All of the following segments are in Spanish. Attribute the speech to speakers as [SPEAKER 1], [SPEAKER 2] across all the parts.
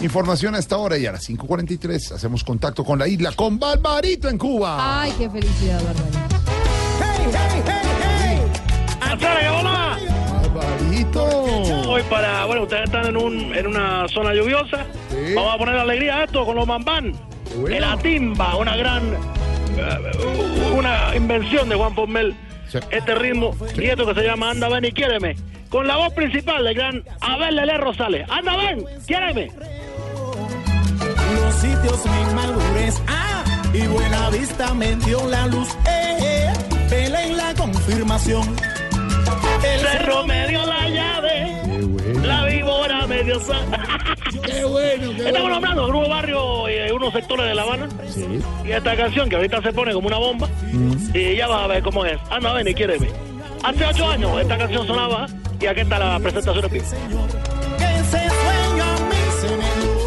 [SPEAKER 1] Información a esta hora y a las 5.43 hacemos contacto con la isla, con Barbarito en Cuba.
[SPEAKER 2] Ay, qué felicidad, Barbarito.
[SPEAKER 3] ¡Atare, hola!
[SPEAKER 1] Barbarito.
[SPEAKER 3] Hoy para, bueno, ustedes están en, un, en una zona lluviosa.
[SPEAKER 1] Sí.
[SPEAKER 3] Vamos a poner alegría a esto con los mambán.
[SPEAKER 1] bueno.
[SPEAKER 3] De la timba, una gran, eh, una invención de Juan Pomel.
[SPEAKER 1] Sí.
[SPEAKER 3] Este ritmo y esto que se llama Anda, ven y quiéreme. Con la voz principal del gran Abel Lele Rosales. Anda, ven, quiéreme.
[SPEAKER 4] Los sitios me inmadurez, ah, y buena vista me dio la luz, eh, eh, Pelé en la confirmación. El
[SPEAKER 3] Cerro me dio la llave.
[SPEAKER 1] Qué bueno.
[SPEAKER 3] La víbora me dio sal.
[SPEAKER 1] Qué bueno, qué
[SPEAKER 3] Estamos
[SPEAKER 1] bueno.
[SPEAKER 3] hablando de unos barrios y de eh, unos sectores de La Habana. Y esta canción que ahorita se pone como una bomba.
[SPEAKER 1] Mm.
[SPEAKER 3] Y ya vas a ver cómo es. Anda, ven y quiéreme. Hace ocho años esta canción sonaba y aquí está la presentación en vivo.
[SPEAKER 4] Señor, ese sueño a mí se me dio.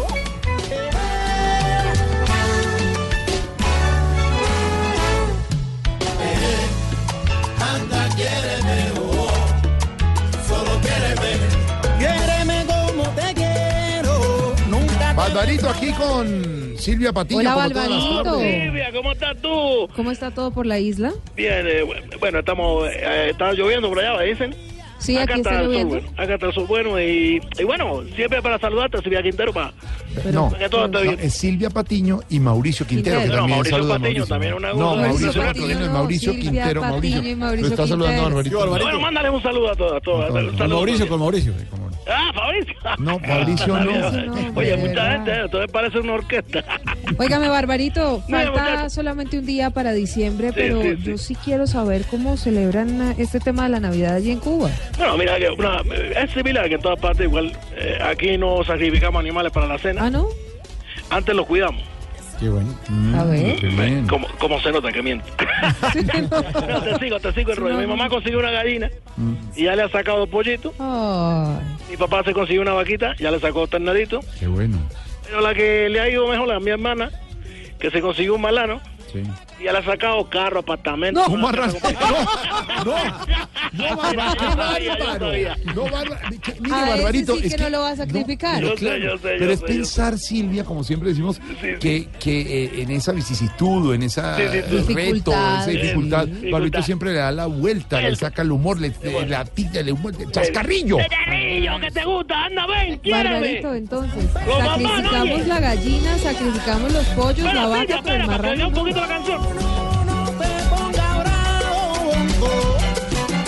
[SPEAKER 4] Anda, quiéreme, oh, solo quiéreme. Quiéreme como te quiero, nunca te
[SPEAKER 1] Barbarito aquí con Silvia Patiño.
[SPEAKER 2] Hola,
[SPEAKER 1] como todas las
[SPEAKER 2] Barbarito.
[SPEAKER 1] tardes.
[SPEAKER 3] Silvia, ¿cómo estás tú?
[SPEAKER 2] ¿Cómo está todo por la isla?
[SPEAKER 3] Bien, eh, bueno, estamos. eh, está lloviendo por allá, ¿me dicen?
[SPEAKER 2] Sí,
[SPEAKER 3] acá
[SPEAKER 2] aquí
[SPEAKER 3] está
[SPEAKER 2] está
[SPEAKER 3] el sol
[SPEAKER 2] lloviendo.
[SPEAKER 3] bueno. Acá está el sol bueno. Y, y bueno, siempre para saludarte, Silvia Quintero, para
[SPEAKER 2] Pero-
[SPEAKER 1] No,
[SPEAKER 3] para que todo esté
[SPEAKER 1] no,
[SPEAKER 3] bien.
[SPEAKER 1] es Silvia Patiño y Mauricio Quintero, que
[SPEAKER 2] Quintero.
[SPEAKER 1] también
[SPEAKER 3] No, Mauricio
[SPEAKER 1] saluda a
[SPEAKER 3] Patiño, también una-
[SPEAKER 1] No,
[SPEAKER 3] una-
[SPEAKER 1] Mauricio
[SPEAKER 3] Mauricio
[SPEAKER 1] Patiño,
[SPEAKER 2] Patiño,
[SPEAKER 1] no, Mauricio
[SPEAKER 2] Silvia
[SPEAKER 1] Quintero,
[SPEAKER 2] Patiño
[SPEAKER 1] Mauricio.
[SPEAKER 2] y
[SPEAKER 1] Lo
[SPEAKER 2] Mauricio
[SPEAKER 1] está saludando a
[SPEAKER 2] Quintero.
[SPEAKER 1] Barbarito.
[SPEAKER 3] Bueno, mándale un saludo a todas. todas. Un saludo también.
[SPEAKER 1] Mauricio. eh,
[SPEAKER 3] Ah, Fabricio.
[SPEAKER 1] No, pues. Fabricio no.
[SPEAKER 2] Fabricio no,
[SPEAKER 3] Oye,
[SPEAKER 2] de
[SPEAKER 3] mucha
[SPEAKER 2] verdad.
[SPEAKER 3] gente, ¿eh? entonces parece una orquesta.
[SPEAKER 2] Óigame, Barbarito, falta
[SPEAKER 3] muchacho.
[SPEAKER 2] solamente un día para diciembre, pero
[SPEAKER 3] sí, sí.
[SPEAKER 2] yo sí quiero saber cómo celebran eh, este tema de la Navidad allí en Cuba.
[SPEAKER 3] Bueno, mira, que una- es similar que en todas partes, igual eh, aquí no sacrificamos animales para la cena,
[SPEAKER 2] ¿Ah, no?
[SPEAKER 3] antes los cuidamos.
[SPEAKER 1] Qué bueno. Mm,
[SPEAKER 2] A ver.
[SPEAKER 3] Como, como se nota que miento. No, te sigo, te sigo el rollo. Mi mamá consiguió una gallina y ya le ha sacado dos pollitos.
[SPEAKER 2] Ay,
[SPEAKER 3] Mi papá se consiguió una vaquita, ya le sacó dos ternaditos.
[SPEAKER 1] Qué bueno.
[SPEAKER 3] Pero la que le ha ido mejor es mi hermana, que se consiguió un malano
[SPEAKER 1] Sí.
[SPEAKER 3] y ya le ha sacado carro, apartamento.
[SPEAKER 1] No,
[SPEAKER 3] una
[SPEAKER 1] Barra-
[SPEAKER 3] casa completa.
[SPEAKER 1] No, no,
[SPEAKER 3] Mira,
[SPEAKER 1] Barbarito.
[SPEAKER 3] yo sabía, yo sabía.
[SPEAKER 1] No, Barba- que- Mire,
[SPEAKER 2] A Ah, ese
[SPEAKER 1] Barbarito.
[SPEAKER 2] sí que no lo va a sacrificar.
[SPEAKER 1] pero
[SPEAKER 3] Yo sé,
[SPEAKER 1] claro,
[SPEAKER 3] yo sé, yo
[SPEAKER 1] pero es
[SPEAKER 3] sé, yo
[SPEAKER 1] pensar, Silvia, como siempre decimos,
[SPEAKER 3] Sí.
[SPEAKER 1] que, que eh, en esa vicisitud, o en esa
[SPEAKER 3] Sí, sí, sí.
[SPEAKER 1] reto, en esa
[SPEAKER 2] Dificultad.
[SPEAKER 1] dificultad,
[SPEAKER 2] Sí.
[SPEAKER 1] Barbarito
[SPEAKER 3] Dificultad.
[SPEAKER 1] siempre le da la vuelta, le
[SPEAKER 3] El-
[SPEAKER 1] saca el humor, le, le- la tira, le muerde. el ¡Chascarrillo!
[SPEAKER 3] ¡Petarrillo, que te gusta! ¡Anda, ven, quiéreme!
[SPEAKER 2] Barbarito, entonces,
[SPEAKER 3] Los mamás,
[SPEAKER 2] sacrificamos
[SPEAKER 3] oye.
[SPEAKER 2] la gallina, sacrificamos los pollos, la
[SPEAKER 3] Espera,
[SPEAKER 2] vaca,
[SPEAKER 3] Silvia,
[SPEAKER 2] pero el
[SPEAKER 3] espera, para que
[SPEAKER 2] marrano.
[SPEAKER 3] oiga un
[SPEAKER 2] no.
[SPEAKER 3] poquito la canción.
[SPEAKER 4] No te ponga bravo,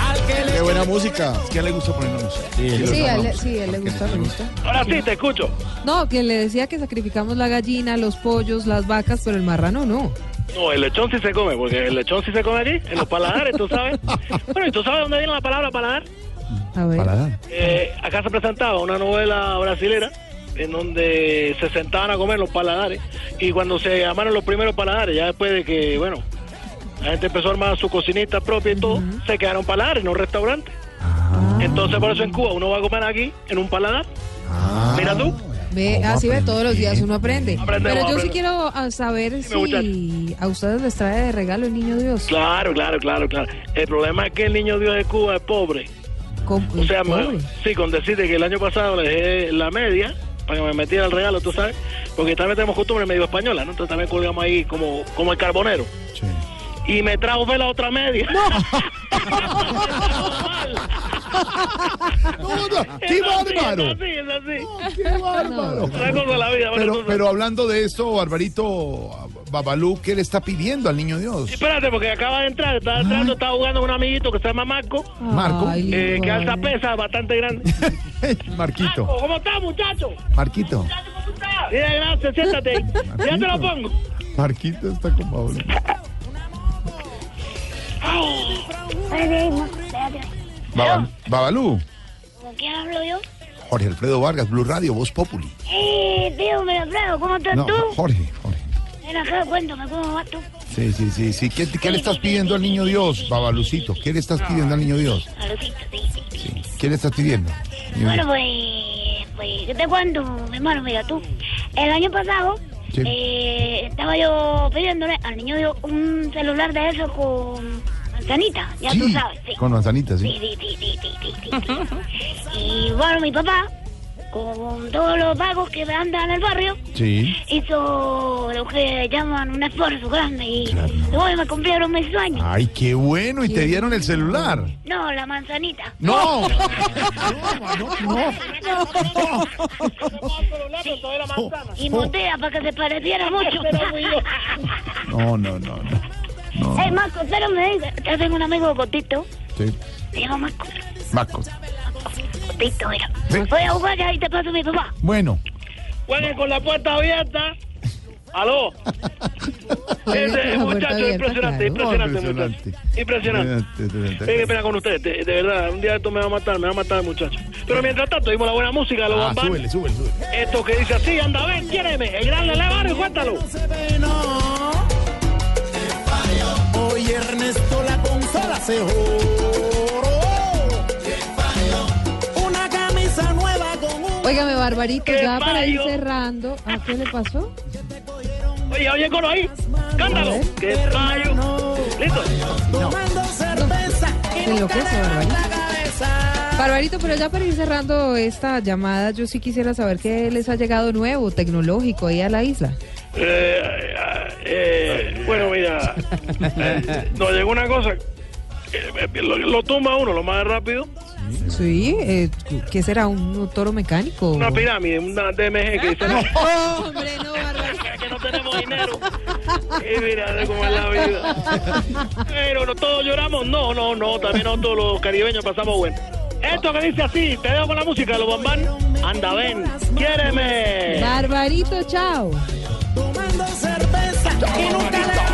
[SPEAKER 4] al que le
[SPEAKER 1] buena música! Es que a él le gusta poner la música.
[SPEAKER 2] Sí, a él, sí, a él le gusta, le gusta.
[SPEAKER 3] Ahora sí, te escucho.
[SPEAKER 2] No, que le decía que sacrificamos la gallina, los pollos, las vacas, pero el marrano no.
[SPEAKER 3] No, el lechón sí se come, porque el lechón sí se come aquí, en los paladares, tú sabes. Bueno, ¿y tú sabes dónde viene la palabra paladar?
[SPEAKER 2] A ver.
[SPEAKER 1] Paladar.
[SPEAKER 3] Eh, acá se presentaba una novela brasilera en donde se sentaban a comer los paladares. Y cuando se armaron los primeros paladares, ya después de que, bueno, la gente empezó a armar su cocinita propia y todo, se quedaron paladares, no restaurantes. Entonces, por eso en Cuba uno va a comer aquí, en un paladar.
[SPEAKER 1] Ah,
[SPEAKER 3] Mira tú.
[SPEAKER 2] Ve,
[SPEAKER 1] ¿Cómo
[SPEAKER 2] así ve,
[SPEAKER 1] aprende?
[SPEAKER 2] todos los días uno aprende.
[SPEAKER 3] Aprende,
[SPEAKER 2] Pero
[SPEAKER 3] vamos,
[SPEAKER 2] yo sí
[SPEAKER 3] aprende.
[SPEAKER 2] quiero ah, saber si
[SPEAKER 3] muchacho.
[SPEAKER 2] a ustedes les trae de regalo el niño Dios.
[SPEAKER 3] Claro, claro, claro, claro. El problema es que el niño Dios de Cuba es pobre.
[SPEAKER 2] Con-
[SPEAKER 3] O sea,
[SPEAKER 2] pobre.
[SPEAKER 3] me- sí, con decirte que el año pasado le dejé la media para que me metiera el regalo, tú sabes, porque también tenemos costumbre medio española, ¿no? Entonces también colgamos ahí como, como el carbonero. Y me trajo fue la otra media.
[SPEAKER 1] No, no, ¡Qué
[SPEAKER 3] Es así,
[SPEAKER 1] bárbaro!
[SPEAKER 3] Es así, es así.
[SPEAKER 1] ¡Qué bárbaro!
[SPEAKER 3] Otra cosa de la vida, bueno,
[SPEAKER 1] Pero,
[SPEAKER 3] tú sabes.
[SPEAKER 1] pero hablando de esto, Barbarito, Babalú, ¿qué le está pidiendo al niño Dios?
[SPEAKER 3] Espérate, porque acaba de entrar, estaba entrando, estaba jugando con un amiguito que se llama Marco,
[SPEAKER 1] Marco.
[SPEAKER 2] Ay,
[SPEAKER 3] eh, que
[SPEAKER 2] lindo,
[SPEAKER 3] alza
[SPEAKER 2] ay.
[SPEAKER 3] pesa bastante grande. Marco,
[SPEAKER 1] Marquito,
[SPEAKER 3] ¿cómo estás, muchacho?
[SPEAKER 1] Marquito,
[SPEAKER 3] ¿Cómo estás? Mira, gracias, siéntate. Ya te lo pongo.
[SPEAKER 1] Marquito está con Pablo. Babal- Babalú,
[SPEAKER 5] ¿Con quién hablo yo?
[SPEAKER 1] Jorge Alfredo Vargas, Blue Radio, Voz Populi.
[SPEAKER 5] Eh, tío, me lo creo. ¿Cómo estás
[SPEAKER 1] No,
[SPEAKER 5] tú?
[SPEAKER 1] Jorge, Jorge.
[SPEAKER 5] Mira, acá, cuéntame cómo vas tú.
[SPEAKER 1] Sí, sí, sí, sí. ¿Qué, qué le estás pidiendo al niño Dios, Babalucito? ¿Qué le estás pidiendo al niño Dios?
[SPEAKER 5] Saludcito, sí, sí, sí.
[SPEAKER 1] ¿Qué le estás pidiendo? Niño
[SPEAKER 5] Bueno,
[SPEAKER 1] Dios.
[SPEAKER 5] pues, pues, ¿qué te cuento, mi hermano? Mira tú. El año pasado
[SPEAKER 1] Sí.
[SPEAKER 5] eh, estaba yo pidiéndole al niño Dios un celular de esos con manzanita, ya tú
[SPEAKER 1] Sí,
[SPEAKER 5] sabes. Sí.
[SPEAKER 1] con manzanitas,
[SPEAKER 5] Sí,
[SPEAKER 1] sí.
[SPEAKER 5] sí, sí, sí, sí, sí, sí, sí. Y bueno, mi papá, con todos los vagos que andan en el barrio,
[SPEAKER 1] Sí.
[SPEAKER 5] hizo lo que llaman un esfuerzo grande y
[SPEAKER 1] Claro. Ah.
[SPEAKER 5] hoy me cumplieron mis sueños.
[SPEAKER 1] Ay, qué bueno. Y te dieron el celular.
[SPEAKER 5] No, la manzanita.
[SPEAKER 1] No. No, no, no. Oh.
[SPEAKER 5] Y motea para que se pareciera mucho.
[SPEAKER 1] No, no, no. no.
[SPEAKER 5] Eh, Marco, espérame, yo tengo un amigo gotito,
[SPEAKER 1] Sí.
[SPEAKER 5] se llama Marco,
[SPEAKER 1] Marco.
[SPEAKER 5] gotito era.
[SPEAKER 1] Sí.
[SPEAKER 5] Voy a jugar y ahí te paso mi papá.
[SPEAKER 1] Bueno.
[SPEAKER 3] Jueguen con la puerta abierta. Aló.
[SPEAKER 2] Jueguen con
[SPEAKER 3] Ese
[SPEAKER 2] la puerta
[SPEAKER 3] muchacho
[SPEAKER 2] abierta,
[SPEAKER 1] claro.
[SPEAKER 3] impresionante, impresionante,
[SPEAKER 1] Oh, Impresionante.
[SPEAKER 3] muchacho. Impresionante.
[SPEAKER 1] Impresionante. Ah,
[SPEAKER 3] Qué pena con ustedes, de, de verdad. Un día esto me va a matar, me va a matar el muchacho. Pero mientras tanto, dimos la buena música, los
[SPEAKER 1] Ah,
[SPEAKER 3] bambán.
[SPEAKER 1] súbele, súbele, súbele.
[SPEAKER 3] Esto que dice así, anda, ven, quiéreme. El gran Lelevaro y cuéntalo.
[SPEAKER 4] se ve, no. Hoy Ernesto la consola se joró. Una camisa nueva con un...
[SPEAKER 2] Óigame, Barbarito,
[SPEAKER 3] ¡Qué
[SPEAKER 2] ya para ir
[SPEAKER 3] fallo!
[SPEAKER 2] cerrando. ¿A qué le pasó?
[SPEAKER 3] Oye, oye, coro ahí. Cántalo. Qué fallo. Listo.
[SPEAKER 4] Tomando cerveza y
[SPEAKER 2] Se
[SPEAKER 4] no
[SPEAKER 2] enloquece,
[SPEAKER 4] te
[SPEAKER 2] Barbarito.
[SPEAKER 4] la cabeza.
[SPEAKER 2] Barbarito, pero ya para ir cerrando esta llamada, yo sí quisiera saber qué les ha llegado nuevo, tecnológico, ahí a la isla.
[SPEAKER 3] Eh, eh, bueno, mira, eh, nos llegó una cosa. eh, eh, Lo, lo tumba uno lo más rápido.
[SPEAKER 2] Sí, eh, ¿qué será? ¿Un toro mecánico?
[SPEAKER 3] Una pirámide, una DMG que dice no,
[SPEAKER 2] ¡Oh, hombre, no, Barbarito!
[SPEAKER 3] que no tenemos dinero. Y mira cómo es la vida. Pero no todos lloramos. No, no, no. También nosotros los caribeños pasamos bueno. Esto que dice así, te dejo con la música, los bambán. Anda, ven, quiéreme.
[SPEAKER 2] Barbarito, chao.
[SPEAKER 4] Tomando cerveza y nunca la